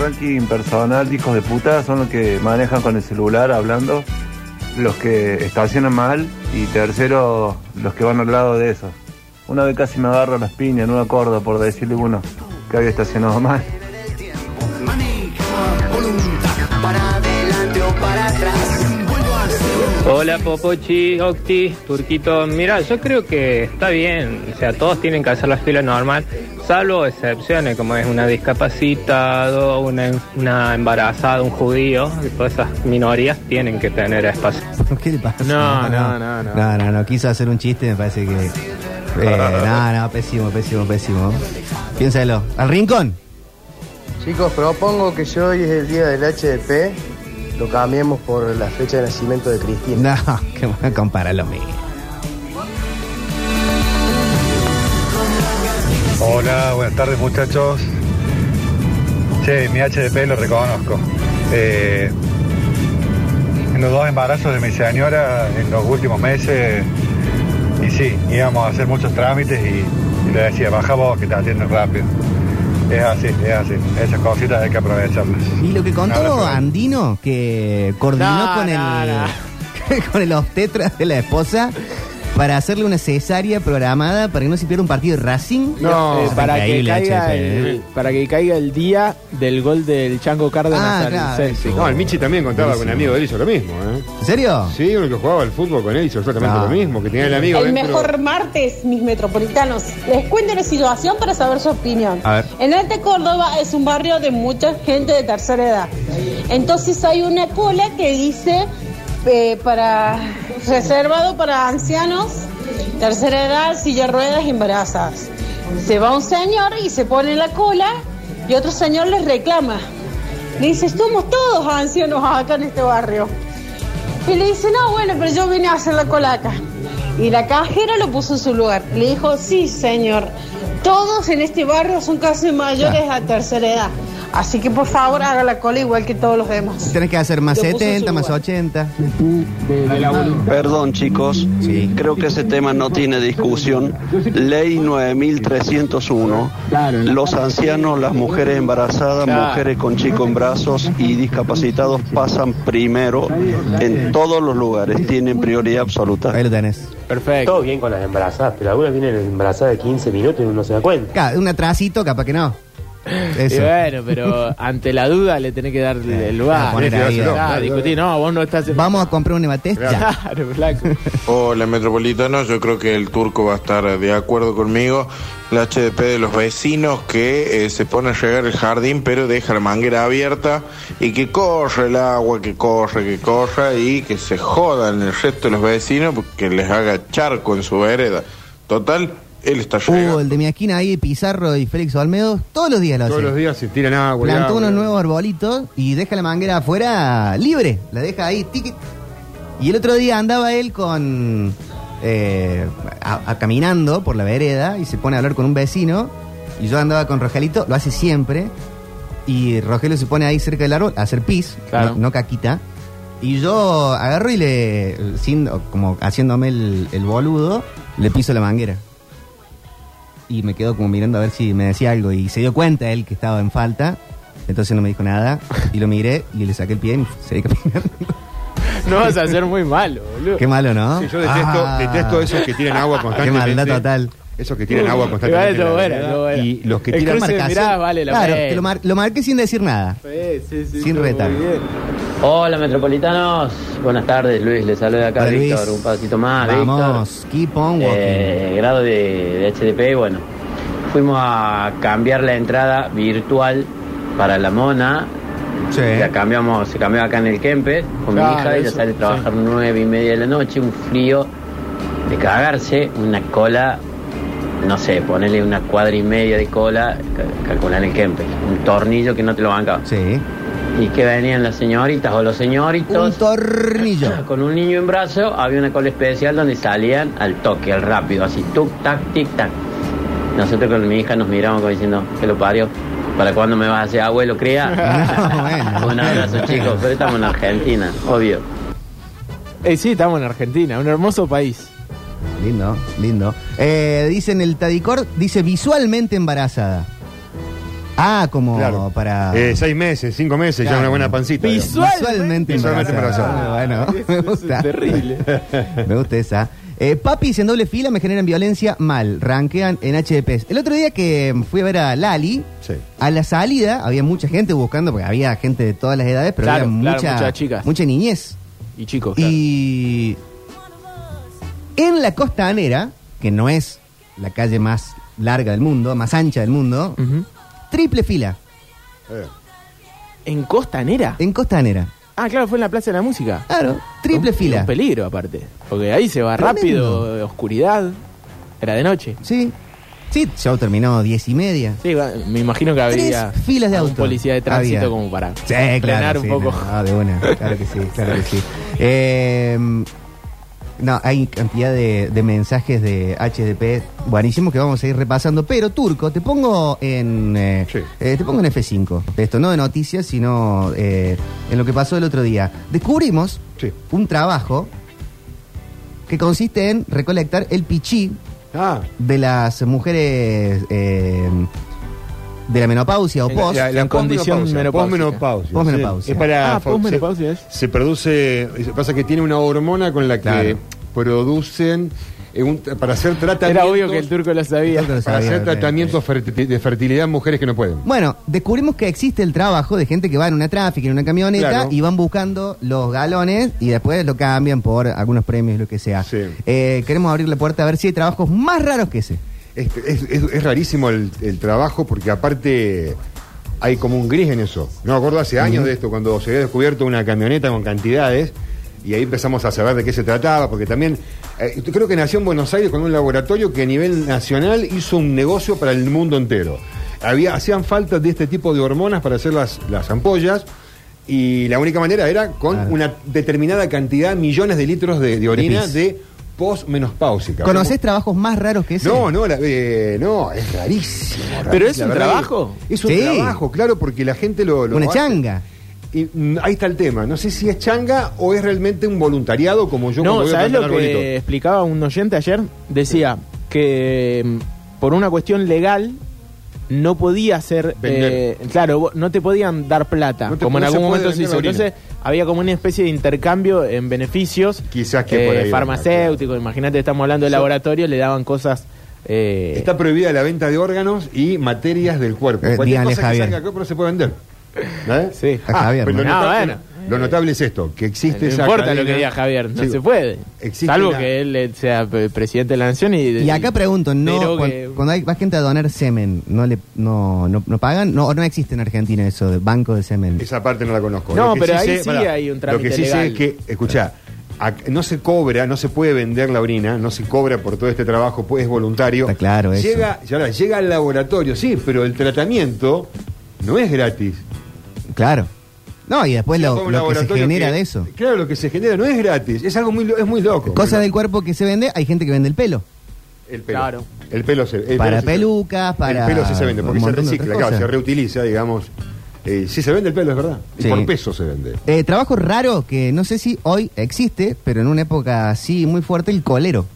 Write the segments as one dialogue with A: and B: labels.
A: ranking personal, hijos de puta, son los que manejan con el celular hablando, los que estacionan mal y tercero, los que van al lado de esos. Una vez casi me agarro las piñas, no me acuerdo por decirle uno que había estacionado mal.
B: Hola Popochi, Octi, Turquito. Mira, yo creo que está bien. O sea, todos tienen que hacer las filas normal, salvo excepciones, como es una discapacitado, una, una embarazada, un judío. y Todas esas minorías tienen que tener espacio.
C: ¿Qué le pasa?
D: No, no, no, no.
C: No, no, no. Quiso hacer un chiste, me parece que. eh, no, no, pésimo, pésimo, pésimo. Piénsalo. ¿Al rincón?
E: Chicos, propongo que si hoy es el día del HDP, lo cambiemos por la fecha de nacimiento de Cristina.
C: No, que van a comparar lo mismo.
F: Hola, buenas tardes muchachos. Che, mi HDP lo reconozco. Eh, en los dos embarazos de mi señora en los últimos meses, y sí, íbamos a hacer muchos trámites y, y le decía, baja vos que te atienden rápido. Es así, es así. Esas cositas hay que aprovecharlas.
C: Y lo que
F: Un
C: contó
F: abrazo.
C: Andino, que coordinó
D: No,
C: con, el,
D: no,
C: con el obstetra de la esposa para hacerle una cesárea programada para que no se pierda un partido de Racing.
D: No,
C: Está
D: para, que
C: increíble,
D: caiga
C: HDP,
D: el,
C: ¿eh?
D: para que caiga el día del gol del Chango
C: Ah,
D: Cárdenas al
C: claro,
D: Celtic.
C: eso.
G: No, el Michi también contaba con un amigo de él, hizo lo mismo, ¿eh?
C: ¿En serio?
G: Sí, uno que jugaba al fútbol con él hizo exactamente
C: Ah.
G: lo mismo, que tenía el amigo
H: El
G: dentro.
H: mejor martes, mis metropolitanos. Les cuento una situación para saber su opinión.
G: A ver.
H: En Alte Córdoba es un barrio de mucha gente de tercera edad. Entonces hay una cola que dice eh, para reservado para ancianos, tercera edad, silla de ruedas, embarazadas. Se va un señor y se pone en la cola y otro señor les reclama. Le dice, somos todos ancianos acá en este barrio. Y le dice, no, bueno, pero yo vine a hacer la colaca. Y la cajera lo puso en su lugar. Le dijo, sí, señor, todos en este barrio son casi mayores a tercera edad. Así que por favor haga la cola igual que todos los demás.
C: Tenés que hacer más
H: Lo puso en su
C: 70, más
H: lugar.
C: 80.
I: Perdón chicos,
C: Sí.
I: creo que ese tema no tiene discusión. Ley 9301. Los ancianos, las mujeres embarazadas,
D: Claro.
I: mujeres con chicos en brazos y discapacitados pasan primero en todos los lugares. Tienen prioridad absoluta.
C: Ahí lo tenés.
D: Perfecto.
J: Todo bien con las embarazadas, Ah, pero algunas vienen embarazadas de 15 minutos y uno no se da cuenta.
C: Claro, un atrasito, capaz que no.
D: Y
C: Eso.
D: bueno, pero ante la duda le tenés que dar el lugar.
C: Ah, poner
D: Tenés que
C: ahí,
D: dárselo,
C: ah,
D: ah, discutir, no, vos no estás en-
C: Vamos a comprar un Evatest ya.
D: Claro, flaco.
K: Hola Metropolitanos, yo creo que el turco va a estar de acuerdo conmigo. La HDP de los vecinos que eh, se pone a regar el jardín pero deja la manguera abierta y que corre el agua, que corre, que corra y que se jodan el resto de los vecinos porque les haga charco en su vereda. Total, él está
C: Hubo
K: llegando.
C: el de mi esquina ahí, Pizarro y Félix Olmedo, todos los días lo
G: Todos
C: hacen.
G: los días se tiran agua. y
C: Plantó
G: agua.
C: unos nuevos arbolitos y deja la manguera afuera libre. La deja ahí, tiqui. Y el otro día andaba él con. eh, a- a- caminando por la vereda y se pone a hablar con un vecino. Y yo andaba con Rogelito, lo hace siempre. Y Rogelio se pone ahí cerca del árbol a hacer pis,
D: Claro.
C: no, no caquita. Y yo agarro y le. sin- como haciéndome el, el boludo, le piso la manguera. Y me quedo como mirando a ver si me decía algo. Y se dio cuenta él que estaba en falta. Entonces no me dijo nada. Y lo miré y le saqué el pie y me seguí caminando.
D: No vas a ser muy malo, boludo.
C: Qué malo, ¿no?
G: Sí, yo detesto,
C: Ah.
G: detesto esos que tiran agua constantemente.
C: Qué maldad total.
G: Esos que tiran agua constantemente.
D: Igual estuvo
G: en la
D: buena,
G: vereda.
D: estuvo
G: y
D: buena.
G: los que
D: El
G: tiran
D: cruce de
G: marcas.
D: miradas vale la
C: Claro,
D: pena.
C: que lo, mar- lo marqué sin decir nada.
D: Sí, sí, sí,
C: Sin
D: estuvo muy
C: retardo.
D: bien.
B: Hola metropolitanos, buenas tardes Luis, les saluda acá
C: Hola, Luis.
B: Víctor, un pasito más. Víctor.
C: Vamos, keep on walking.
B: Ah, Eh, grado de, de HDP, bueno, fuimos a cambiar la entrada virtual para la mona.
C: Sí.
B: La cambiamos, se cambió acá en el Kempes con
D: Claro,
B: mi hija, ella
D: eso,
B: sale a trabajar nueve y media de la noche, un frío de cagarse, una cola, no sé, ponerle una cuadra y media de cola, ca- calcular el Kempes, un tornillo que no te lo bancaba.
C: Sí.
B: Y que venían las señoritas o los
C: Un
B: señoritos.
C: tornillo.
B: Con un niño en brazo había una cola especial donde salían al toque, al rápido, así tuk tac, tic tac. Nosotros con mi hija nos miramos como diciendo, que lo parió. ¿Para cuándo me vas a hacer abuelo, cría?
C: No, bueno.
B: un abrazo, chicos, pero estamos en Argentina, obvio.
D: Eh, sí, estamos en Argentina, un hermoso país.
C: Lindo, lindo. Eh, dicen el Tadicor, dice visualmente embarazada. Ah, como
G: Claro.
C: para.
G: Eh, seis meses, cinco meses, ya
C: Claro.
G: una buena pancita. digamos.
C: Visualmente,
G: Visualmente
C: embarazada. Ah, Bueno, me gusta.
D: terrible.
C: me gusta esa. Eh, papis en doble fila me generan violencia mal. Ranquean en HDPs. El otro día que fui a ver a Lali,
G: Sí.
C: a la salida había mucha gente buscando, porque había gente de todas las edades, pero
D: Claro,
C: había
D: claro,
C: mucha,
D: muchas chicas.
C: mucha niñez.
D: Y chicos,
C: Y en la costanera, que no es la calle más larga del mundo, más ancha del mundo,
D: claro. Ujú.
C: triple fila
D: ¿En Costanera?
C: en costanera.
D: Ah, claro, fue en la Plaza de la Música.
C: Claro, triple
D: Un-
C: fila.
D: Un peligro, aparte. Porque ahí se va
C: Tremendo.
D: rápido, eh, oscuridad. Era de noche.
C: Sí. Sí, ya terminó diez y media.
D: Sí, va- me imagino que
C: Tres
D: habría
C: filas de
D: algún
C: auto.
D: policía de tránsito
C: Había.
D: como para
C: Sí, claro.
D: frenar
C: sí,
D: un poco.
C: no, no, de una. Claro que sí, claro que sí. Eh, no, hay cantidad de, de mensajes de HDP buenísimos que vamos a ir repasando. Pero, Turco, te pongo en eh,
G: Sí.
C: eh, te pongo en F5. Esto no de noticias, sino eh, en lo que pasó el otro día. Descubrimos
G: Sí.
C: un trabajo que consiste en recolectar el pichí
G: Ah,
C: de las mujeres eh, de la menopausia o
D: En-
C: post.
G: la, la
D: en condición
G: posmenopausia.
D: menopáusica.
G: Posmenopausia,
C: Posmenopausia.
G: sí. Es para
D: Ah, posmenopausia es.
G: se, se produce, pasa que tiene una hormona con la que
C: Claro.
G: producen eh, un- para hacer tratamientos
D: Era obvio que el turco lo sabía.
C: El turco lo
G: para
C: sabía,
G: hacer
C: sí,
G: tratamientos ferti- de fertilidad en mujeres que no pueden.
C: eh. Bueno, descubrimos que existe el trabajo de gente que va en una tráfica, en una camioneta
G: Claro.
C: y van buscando los galones y después lo cambian por algunos premios, lo que sea.
G: Sí.
C: Eh, queremos abrir la puerta a ver si hay trabajos más raros que ese.
G: Este, Es, es- es rarísimo el, el trabajo porque aparte hay como un gris en eso. No me acuerdo hace años de esto, cuando se había descubierto una camioneta con cantidades y ahí empezamos a saber de qué se trataba, porque también eh, yo creo que nació en Buenos Aires con un laboratorio que a nivel nacional hizo un negocio para el mundo entero. Había, hacían falta de este tipo de hormonas para hacer las, las ampollas. Y la única manera era con
C: Claro.
G: una determinada cantidad, millones de litros de, de orina
C: pis.
G: de posmenopáusica.
C: ¿Conoces trabajos más raros que ese?
G: No, no, la- eh, no, es rarísimo. rarísimo,
D: ¿Pero es
G: la
D: un
G: verdad
D: trabajo?
G: que Es un
C: Sí.
G: trabajo, claro, porque la gente lo. lo
C: Una
G: hace.
C: changa.
G: Y, mm, ahí está el tema. No sé si es changa o es realmente un voluntariado como yo. cuando
D: No,
G: voy a
D: ¿sabes lo
G: plantar
D: que
G: arbolito.
D: explicaba un oyente ayer? Decía que mm, por una cuestión legal no podía ser.
G: Vender.
D: eh, claro, vos- no te podían dar plata,
G: No te-
D: como en
G: no se
D: algún
G: puede
D: momento se
G: vender
D: hizo.
G: la orina.
D: Entonces había como una especie de intercambio en beneficios.
G: Quizás que por ahí va,
D: Farmacéuticos, imagínate, estamos hablando de
G: Yo-
D: laboratorio, le daban cosas. eh,
G: Está prohibida la venta de órganos y materias del cuerpo.
C: Eh,
G: Cualquier
C: díganle,
G: cosa que
C: Javier.
G: salga acá, pero se puede vender. ¿Eh?
D: Sí.
C: A Javier,
G: pero lo,
D: ¿no? Ah,
G: notable,
D: bueno.
G: lo notable es esto: que
D: no
G: existe esa.
D: importa
G: cadena.
D: lo que diga Javier, no
G: Sí.
D: se puede.
G: Existe
D: Salvo
G: una-
D: que él eh, sea eh, presidente de la nación y.
C: Y acá pregunto, no,
D: pero
C: cuan-
D: que-
C: cuando, hay, va gente a donar semen, ¿no le no, no, no pagan? No, no existe en Argentina eso de banco de semen.
G: Esa parte no la conozco.
D: No,
G: Lo que
D: pero ahí
G: sé-
D: sí
G: pará,
D: hay un trámite
G: Lo que sí sé
D: legal.
G: es que, escuchá, ac- no se cobra, no se puede vender la orina, no se cobra por todo este trabajo, pues es voluntario.
C: Está claro eso.
G: llega, ya ahora, llega al laboratorio, sí, pero el tratamiento no es gratis.
C: Claro. No, y después
G: Llega
C: Pues lo,
G: a un
C: lo que se
G: laboratorio
C: genera
G: que-
C: de eso.
G: Claro, lo que se genera no es gratis, es algo muy, lo- es muy loco.
C: Cosas del cuerpo que se vende, hay gente que vende el pelo.
G: El pelo.
D: Claro.
G: El pelo se el
C: Para
G: pelo sí se-
C: pelucas, para
G: El pelo sí se vende,
C: un
G: porque se
C: montón de otras
G: recicla, claro,
C: cosas.
G: se reutiliza, digamos. Eh, sí se vende el pelo, es verdad. Y
C: Sí.
G: por peso se vende.
C: Eh, trabajo raro que no sé si hoy existe, pero en una época así muy fuerte, el colero.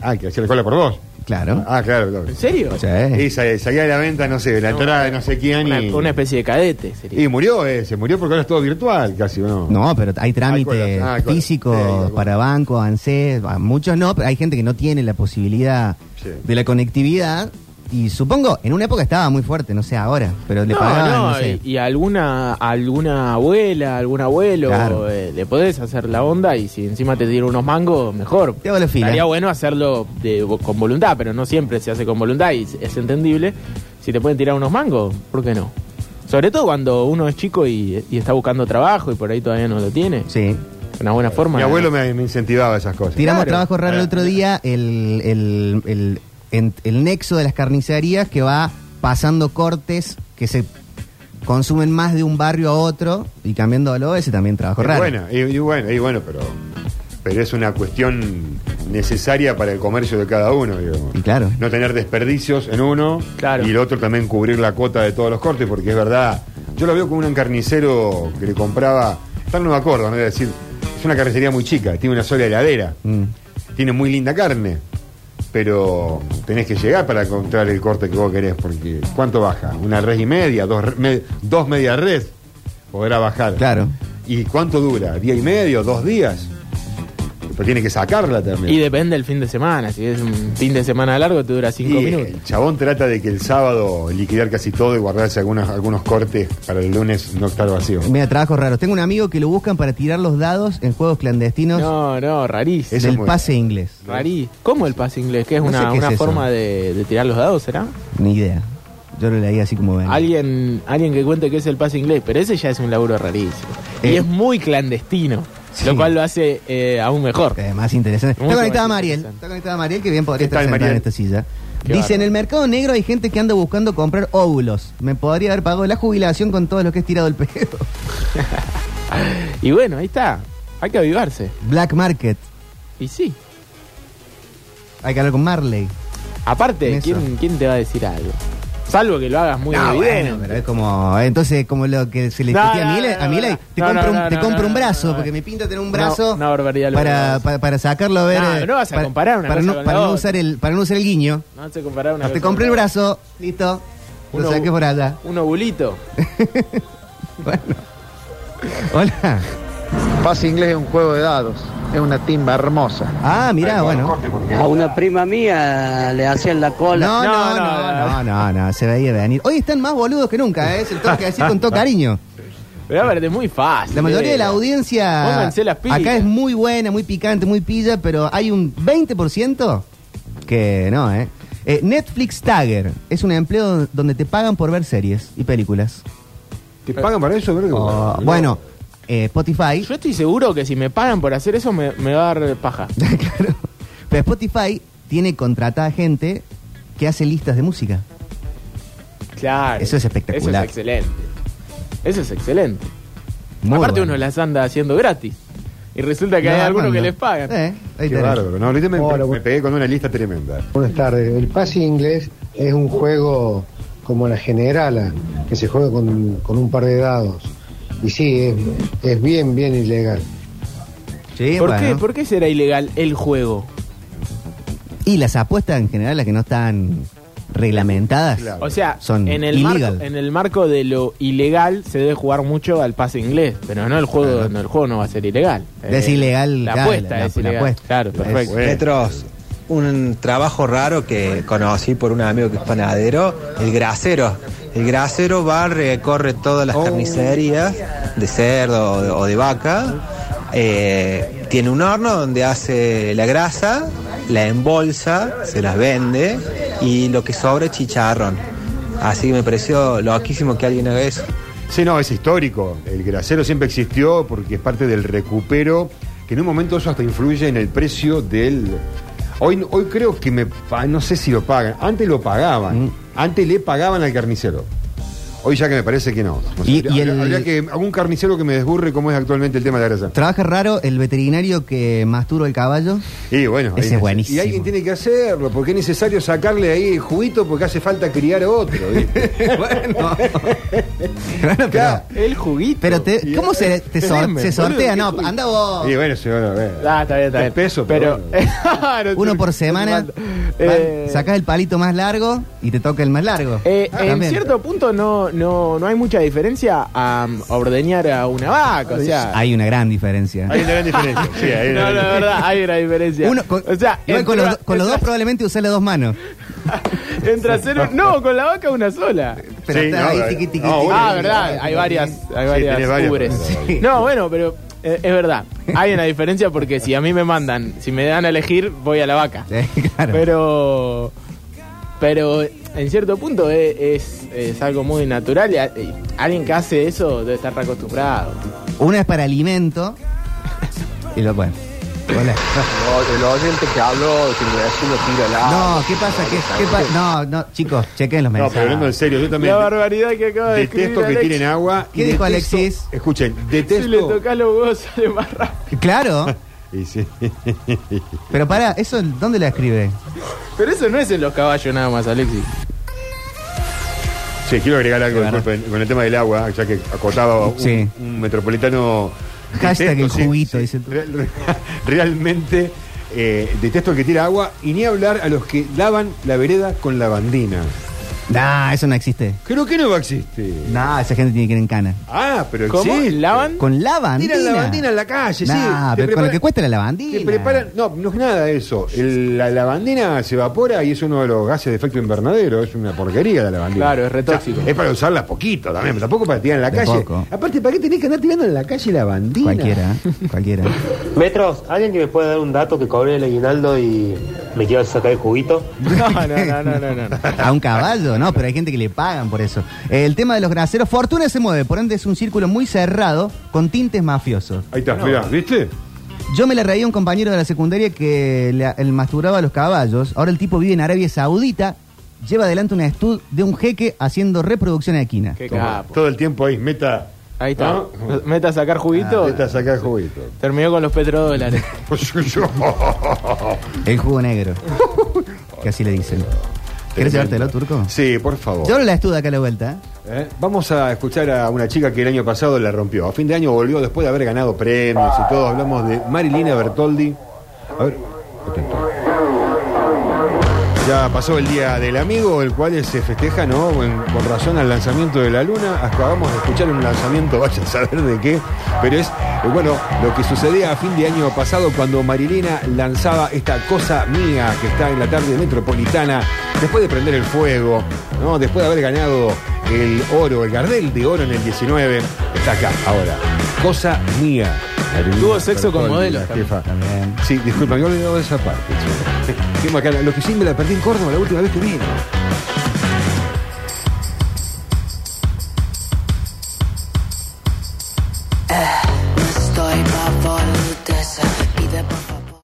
G: Ah, que hacía la cola por vos.
C: Claro.
G: Ah, claro, claro.
D: ¿En serio?
C: Sí.
G: Y sa- salía de la venta, no sé, la entrada de no sé quién
D: Una,
G: y,
D: una especie de cadete sería.
G: y murió ese, murió porque ahora es todo virtual casi, ¿no?
C: No, pero hay trámites
G: colas, ah, hay colas.
C: físicos
G: Sí, hay colas.
C: para bancos, ANSES, a muchos no, pero hay gente que no tiene la posibilidad
G: Sí.
C: de la conectividad. Y supongo, en una época estaba muy fuerte, no sé ahora, pero le
D: no,
C: pagaban, no,
D: no,
C: sé.
D: y, y alguna alguna abuela, algún abuelo,
C: Claro.
D: eh, le podés hacer la onda y si encima te dieron unos mangos, mejor.
C: Te hago la fila.
D: Estaría bueno hacerlo de- con voluntad, pero no siempre se hace con voluntad y es entendible. Si te pueden tirar unos mangos, ¿por qué no? Sobre todo cuando uno es chico y, y está buscando trabajo y por ahí todavía no lo tiene.
C: Sí.
D: Una buena forma.
G: Mi abuelo me, me incentivaba esas cosas. Eh,
C: Tiramos
D: Claro.
C: trabajo raro el otro día, el, el, el- en- el nexo de las carnicerías que va pasando cortes que se consumen más de un barrio a otro y cambiándolo, ese también trabajo
G: Es
C: raro.
G: buena, y, y bueno, y bueno, pero pero es una cuestión necesaria para el comercio de cada uno, digamos.
C: Y claro.
G: No tener desperdicios en uno
D: Claro.
G: y el otro también cubrir la cuota de todos los cortes, porque es verdad. Yo lo veo como un encarnicero que le compraba, tal no me acuerdo, no voy a decir, es una carnicería muy chica, tiene una sola heladera.
C: Mm.
G: tiene muy linda carne. pero tenés que llegar para encontrar el corte que vos querés, porque ¿cuánto baja? ¿Una red y media? ¿Dos, re- me- dos media red? Podrá bajar.
C: Claro.
G: ¿Y cuánto dura? ¿Día y medio? ¿Dos días? Pero tiene que sacarla también.
D: Y depende del fin de semana. Si es un fin de semana largo, te dura cinco
G: Y
D: minutos.
G: El chabón trata de que el sábado liquidar casi todo y guardarse algunas, algunos cortes para el lunes no estar vacío.
C: Mira, trabajos raros. Tengo un amigo que lo buscan para tirar los dados en juegos clandestinos
D: No, no, rarísimo.
G: eso es
C: del
G: muy-
C: pase inglés.
D: Rarí. ¿Cómo el pase inglés? ¿Qué es
C: No sé
D: una,
C: qué es
D: una
C: eso.
D: forma de, de tirar los dados, será?
C: Ni idea. Yo lo leí así como ven.
D: Alguien, alguien que cuente qué es el pase inglés, pero ese ya es un laburo rarísimo. Y
C: Eh.
D: es muy clandestino,
C: Sí.
D: lo cual lo hace eh, aún mejor.
C: Eh, más interesante.
D: Mucho
C: Está conectada
D: más
C: Mariel.
D: interesante.
C: Está conectada Mariel, que bien podría
G: ¿Qué
C: estar
G: tal,
C: sentada en
G: Mariel?
C: esta silla.
D: Qué
C: Dice,
D: bárbaro.
C: en el mercado negro hay gente que anda buscando comprar óvulos. Me podría haber pagado la jubilación con todo lo que he tirado el pedo.
D: Y bueno, ahí está. Hay que avivarse.
C: Black Market.
D: Y sí.
C: Hay que hablar con Marley.
D: Aparte,
C: Eso.
D: ¿quién, quién te va a decir algo? Salvo que lo hagas muy
C: No,
D: evidente.
C: Ah, bueno, pero es como. Entonces, como lo que se le
D: No,
C: discutía
D: no,
C: a Milei,
D: no,
C: a Milei,
D: no,
C: te
D: no,
C: compro
D: no,
C: un,
D: no,
C: te
D: no,
C: compro
D: no,
C: un
D: no,
C: brazo,
D: no,
C: porque
D: no.
C: me pinta tener un
D: Una-
C: brazo.
D: una barbaridad lo que
C: Para,
D: haces.
C: para, para sacarlo a ver.
D: No,
C: eh,
D: no vas a
C: para-
D: comparar una
C: para
D: cosa
C: no,
D: con
C: para
D: la
C: no
D: otra.
C: usar el Para no usar el guiño.
D: No se compara una
C: No, te
D: cosa
C: compré el
D: con la
C: brazo, listo. Lo
D: Uno-
C: saqué por allá.
D: otra. Un ovulito.
C: Bueno. Hola.
E: Pase inglés es un juego de dados, es una timba hermosa.
C: Ah, mira, bueno.
I: A una prima mía le hacían la
C: No,
I: cola.
C: no, no,
D: No,
C: no,
D: no,
C: no, no, se veía venir. Hoy están más boludos que nunca, ¿eh? se lo tengo que decir con todo cariño.
D: Pero a ver, es muy fácil.
C: La mayoría de la
D: eh.
C: audiencia
D: Pónganse las pilas.
C: acá es muy buena, muy picante, muy pilla, pero hay un 20% que no, ¿eh? Eh, Netflix Tagger es un empleo donde te pagan por ver series y películas.
G: ¿Te pagan para eso? Creo que-
C: O-
D: Ah,
G: no.
C: bueno, eh, Spotify.
D: Yo estoy seguro que si me pagan por hacer eso me, me va a dar paja.
C: claro. Pero Spotify tiene contratada gente que hace listas de música.
D: Claro.
C: Eso es espectacular.
D: Eso es excelente. Eso es excelente.
C: Muy
D: Aparte
C: bueno.
D: uno las anda haciendo gratis. Y resulta que
C: No,
D: hay algunos que
C: Armando.
D: les pagan.
C: Eh, ahí
G: Qué
C: tenés.
G: bárbaro. No, ahorita me,
E: Hola,
G: me
E: bueno.
G: pegué con una lista tremenda.
E: Buenas tardes. El pase inglés es un juego como la generala, que se juega con, con un par de dados. Y sí, es, es bien, bien ilegal.
C: Sí,
D: ¿Por,
C: bueno.
D: qué, ¿Por qué será ilegal el juego?
C: Y las apuestas en general, las que no están reglamentadas.
G: Claro.
D: O sea,
C: Son
D: en, el
C: illegal.
D: marco, en el marco de lo ilegal se debe jugar mucho al pase inglés, pero no el juego, no, el juego no va a ser ilegal.
C: Es
D: Eh,
C: ilegal,
D: La
C: claro,
D: apuesta
C: la-
D: es
C: la
D: ilegal.
C: apuesta.
D: Claro,
C: Es-
D: perfecto.
L: Petros, un trabajo raro que conocí por un amigo que es panadero, el grasero. El grasero va, recorre todas las carnicerías de cerdo o de, o de vaca. eh, tiene un horno donde hace la grasa, la embolsa, se las vende y lo que sobra es chicharrón. Así que me pareció loquísimo que alguien haga eso.
G: Sí, no, es histórico. El grasero siempre existió porque es parte del recupero, que en un momento eso hasta influye en el precio del... Hoy, hoy creo que me... pa- No sé si lo pagan. Antes lo pagaban.
C: Mm.
G: Antes le pagaban al carnicero. Hoy ya que me parece que no. O sea,
C: Y-
G: habría,
C: y el-
G: habría que... Algún carnicero que me desburre cómo es actualmente el tema de la grasa.
C: Trabaja raro el veterinario que masturba el caballo.
G: Y bueno,
C: Ese
G: ahí-
C: es buenísimo.
G: Y alguien tiene que hacerlo, porque es necesario sacarle ahí el juguito porque hace falta criar a otro. ¿viste?
C: bueno. pero,
G: Claro.
D: El juguito.
C: pero te- ¿cómo se, te sor-
D: Tremendo,
C: se sortea? No,
D: boludo,
C: anda vos.
G: y bueno, se van a ver.
D: Ah, está bien, está bien.
G: Tres pesos,
D: pero.
G: pero
D: Claro,
C: Uno
D: tú-
C: por semana.
D: tú- Eh,
C: sacas el palito más largo y te toca el más largo.
D: eh,
C: Ah,
D: en
C: también.
D: cierto punto no, no, no hay mucha diferencia a um, ordeñar a una vaca. O sea,
C: Hay una gran diferencia.
G: Hay una gran diferencia. Sí, hay una
D: no,
G: gran
D: la verdad, hay una diferencia.
C: Uno, con,
D: o sea,
C: igual con
D: entre-
C: los, do- con los dos probablemente usás las dos manos.
D: entre hacer un- No, con la vaca una sola.
C: Pero
G: Sí,
C: está
G: no,
C: ahí,
G: eh,
C: tiqui, tiqui,
G: no,
C: tiqui.
G: bueno,
D: Ah, verdad, hay varias, hay
G: Sí,
D: varias,
G: tiene varias,
D: ubres.
G: pero-
C: Sí.
D: No, bueno, pero eh, es verdad. Hay una diferencia porque si a mí me mandan, si me dan a elegir, voy a la vaca.
C: Eh, claro.
D: Pero. Pero en cierto punto e- es, es algo muy natural. y a- y alguien que hace eso debe estar acostumbrado.
C: Una es para alimento. Y lo bueno. Hola.
E: El oyente que habló, que el vecino tira la...
C: No, ¿qué pasa? ¿Qué, qué pa- no, no, chicos, chequen los
G: No, pero
C: mensajes.
G: hablando en serio, yo también
D: La barbaridad que acaba de escribir.
G: detesto que
D: Alex.
G: tiren agua.
C: ¿Qué
G: y
C: dijo
G: detesto-
C: Alexis?
G: Escuchen,
D: Si le
G: detesto.
D: tocas los huevos sale más rápido.
C: Claro,
G: Y sí.
C: pero para, ¿eso dónde la escribe?
D: Pero eso no es en los caballos nada más, Alexis.
G: Sí, quiero agregar algo disculpen, con el tema del agua, ya que acotaba un,
C: Sí.
G: un metropolitano.
C: Hashtag el
G: sí,
C: juguito,
G: sí.
C: dice.
G: Real- re- realmente eh, detesto al que tira agua y ni hablar a los que lavan la vereda con lavandina.
C: Nah, eso no existe.
G: Creo que no existe.
C: Nah, esa gente tiene que ir en cana.
G: Ah, pero
C: ¿Cómo?
G: existe.
D: ¿Lavan?
C: Con lavandina.
G: Tiran lavandina en la calle, sí.
C: Nah,
G: Te
C: pero con
G: preparan-
C: lo que cuesta la
G: Te
C: lavandina.
G: preparan, no, no es nada eso. El- la lavandina se evapora y es uno de los gases de efecto invernadero. Es una porquería la lavandina.
D: Claro, es retóxico.
G: O sea, es para usarla poquito también, pero tampoco para tirar en la
C: De
G: calle.
C: poco.
G: Aparte, ¿para qué tenés que andar tirando en la calle lavandina?
C: Cualquiera, ¿eh? cualquiera.
J: Metros, ¿alguien que me pueda dar un dato que cobre el aguinaldo y me quiero sacar el juguito?
D: No, no, no, no, no. no.
C: A un caballo, ¿no? Pero hay gente que le pagan por eso. El tema de los graseros, Fortuna se mueve, por ende es un círculo muy cerrado con tintes mafiosos.
G: Ahí está, mirá, ¿viste?
D: Ah,
C: Yo me la reía a un compañero de la secundaria que la- el masturbaba a los caballos. Ahora el tipo vive en Arabia Saudita, lleva adelante un estudio de un jeque haciendo reproducción de equina.
D: Qué
G: Como
D: capo.
G: Todo el tiempo ahí, meta.
D: pues. Ahí está.
G: ¿no?
D: Meta a sacar juguito.
G: Ah, Meta a sacar juguito.
D: Terminó con los petrodólares.
C: El jugo negro. que así le dicen. ¿Quieres llevártelo, turco?
G: sí, por favor.
C: Yo ahora la estudio acá a la vuelta.
G: ¿Eh? Vamos a escuchar a una chica que el año pasado la rompió. A fin de año volvió después de haber ganado premios y todo. Hablamos de Marilina Bertoldi. A ver, atento. Ya pasó el Día del Amigo, el cual se festeja, ¿no? En- con razón al lanzamiento de la luna. Acabamos de escuchar un lanzamiento, vaya a saber de qué. Pero es, eh, bueno, lo que sucedía a fin de año pasado cuando Marilina lanzaba esta cosa mía que está en la tarde metropolitana, después de prender el fuego, ¿no? Después de haber ganado el oro, el Gardel de oro en el 19, está acá ahora. Cosa mía. Marilina
D: Tuvo sexo con
G: Bertoldi,
D: modelos
G: la
D: también.
G: jefa.
C: También.
G: Sí, disculpa, me he olvidado de esa parte. chico. Qué macana. Lo que sí me la perdí en Córdoba la última vez que vino.